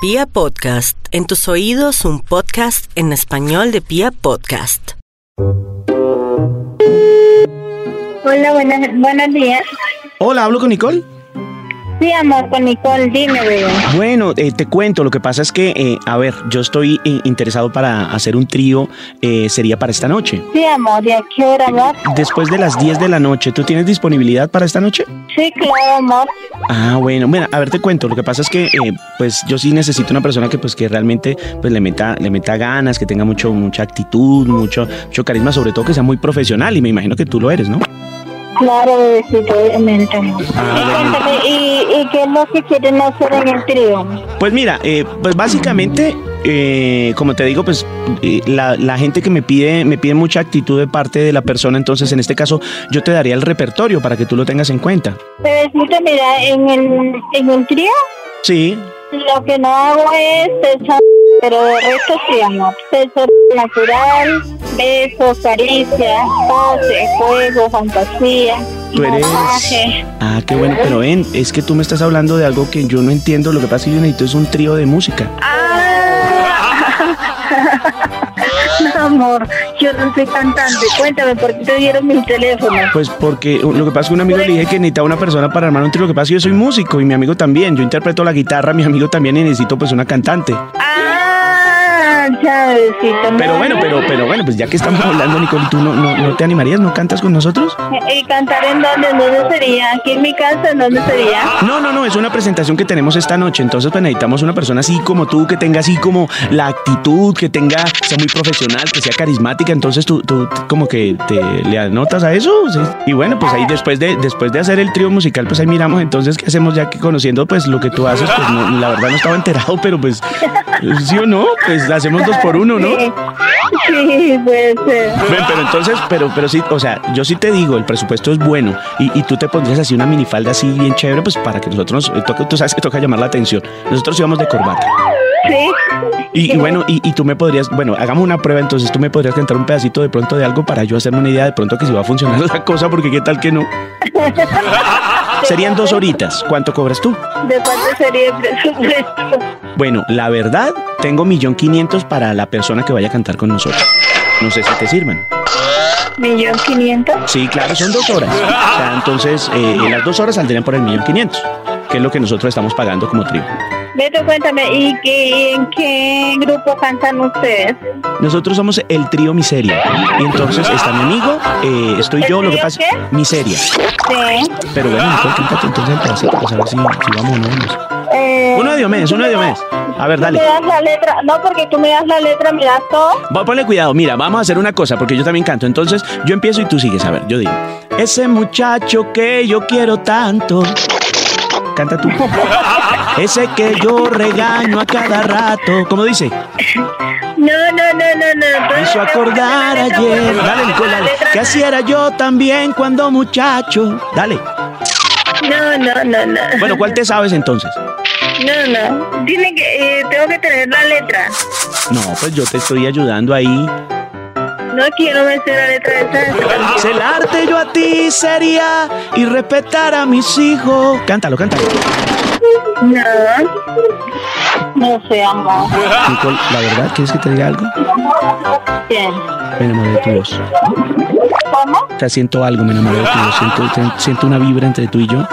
Pia Podcast, en tus oídos un podcast en español de Pia Podcast. Hola, buenas, buenos días. Hola, hablo con Nicole. Sí, amor, con Nicole, dime, bebé. Bueno, eh, te cuento, lo que pasa es que, eh, a ver, yo estoy eh, interesado para hacer un trío, eh, sería para esta noche. Sí, amor, ¿y a qué hora amor? Después de las 10 de la noche, ¿tú tienes disponibilidad para esta noche? Sí, claro, amor. Ah, bueno, bueno, a ver, te cuento, lo que pasa es que, eh, pues, yo sí necesito una persona que, pues, que realmente, pues, le meta, le meta ganas, que tenga mucho, mucha actitud, mucho, mucho carisma, sobre todo que sea muy profesional, y me imagino que tú lo eres, ¿no? Claro, bebecito, obviamente. Ah, y cuéntame, ¿y, ¿y qué es lo que quieren hacer en el trío? Pues mira, eh, pues básicamente, eh, como te digo, pues eh, la, la gente que me pide, me pide mucha actitud de parte de la persona, entonces en este caso yo te daría el repertorio para que tú lo tengas en cuenta. Bebecito, mira, en el, en el trío Sí, lo que no hago es sexo, pero de resto sí, amor. Sexo natural, besos, caricias, poses, juego, fantasía, tú eres... masaje. Ah, qué bueno, pero ven, es que tú me estás hablando de algo que yo no entiendo, lo que pasa es que yo necesito es un trío de música. No, amor, yo no soy cantante. Cuéntame, ¿por qué te dieron mi teléfono? Pues porque uh, lo que pasa es que un amigo le dije que necesitaba una persona para armar un trío, lo que pasa es que yo soy músico y mi amigo también, yo interpreto la guitarra, mi amigo también y necesito pues una cantante. Ah, ya, besito. Pero bueno, pero, pero bueno, pues ya que estamos hablando, Nicole, ¿tú no, no, no te animarías? ¿No cantas con nosotros? ¿Y cantar en dónde? ¿En dónde sería? ¿Aquí en mi casa? ¿En dónde sería? No, no, no, es una presentación que tenemos esta noche, entonces pues necesitamos una persona así como tú, que tenga así como la actitud, que tenga, sea muy profesional, que sea carismática, entonces tú, tú t- como que te le anotas a eso, sí. y bueno, pues ahí después de, después de hacer el trío musical, pues ahí miramos entonces qué hacemos ya que conociendo pues lo que tú haces, pues no, la verdad no estaba enterado, pero pues sí o no, pues hacemos dos por uno, ¿no? Sí. Sí, puede ser. Ven, pero entonces, pero, pero sí, o sea, yo sí te digo, el presupuesto es bueno y, y tú te pondrías así una minifalda así bien chévere, pues para que nosotros, nos- eh, toque- tú sabes que toca llamar la atención. Nosotros íbamos de corbata. Sí. Y, y bueno, y, y tú me podrías, bueno, hagamos una prueba, entonces tú me podrías cantar un pedacito de pronto de algo para yo hacerme una idea de pronto que si va a funcionar la cosa, porque qué tal que no. Serían dos horitas, ¿cuánto cobras tú? ¿De cuánto sería el presupuesto? Bueno, la verdad, tengo millón quinientos para la persona que vaya a cantar con nosotros. No sé si te sirvan. ¿Millón quinientos? Sí, claro, son dos horas. O sea, entonces, eh, en las dos horas saldrían por el millón quinientos, que es lo que nosotros estamos pagando como tribu. Beto, cuéntame, ¿y, qué, y en qué grupo cantan ustedes? Nosotros somos el trío Miseria. Y entonces está mi amigo, eh, estoy yo, ¿El lo que trío pasa. qué? Miseria. Sí. Pero bueno, Nicole, cántate entonces el pedacito, pues a ver si, si vamos o no vamos. Eh, Uno de Diomedes, uno de Diomedes. A ver, ¿tú dale. me das la letra? No, porque tú me das la letra, me das todo. Va, Ponle cuidado, mira, vamos a hacer una cosa, porque yo también canto. Entonces, yo empiezo y tú sigues. A ver, yo digo. Ese muchacho que yo quiero tanto. Canta tú. Ese que yo regaño a cada rato. ¿Cómo dice? No, no, no, no, no. tú Me hizo me acordar preguntas la letra, ayer. Dale, Nicole, la dale. letra, Que así era yo también cuando muchacho. Dale. No, no, no, no. Bueno, ¿cuál te sabes entonces? No, no. Dime que eh, tengo que tener la letra. No, pues yo te estoy ayudando ahí. No quiero me sé la letra de esa. canción. Celarte yo a ti sería y respetar a mis hijos. Cántalo, cántalo. No. No sé, amor. Nicole, la verdad, ¿quieres que te diga algo? Bien. Me enamoré de tu voz. ¿Cómo? O sea, siento algo, me enamoré de tu voz. Siento, te- siento una vibra entre tú y yo.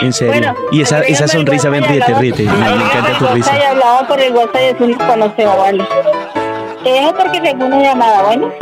En serio. Bueno, y esa, esa agrégame el sonrisa, ven, WhatsApp y ríete, ríete. Me, hablamos. me encanta tu Agrégame el risa. WhatsApp Y hablaba por el WhatsApp y así nos conocemos, ¿vale? Te dejo porque tengo una llamada, ¿bueno?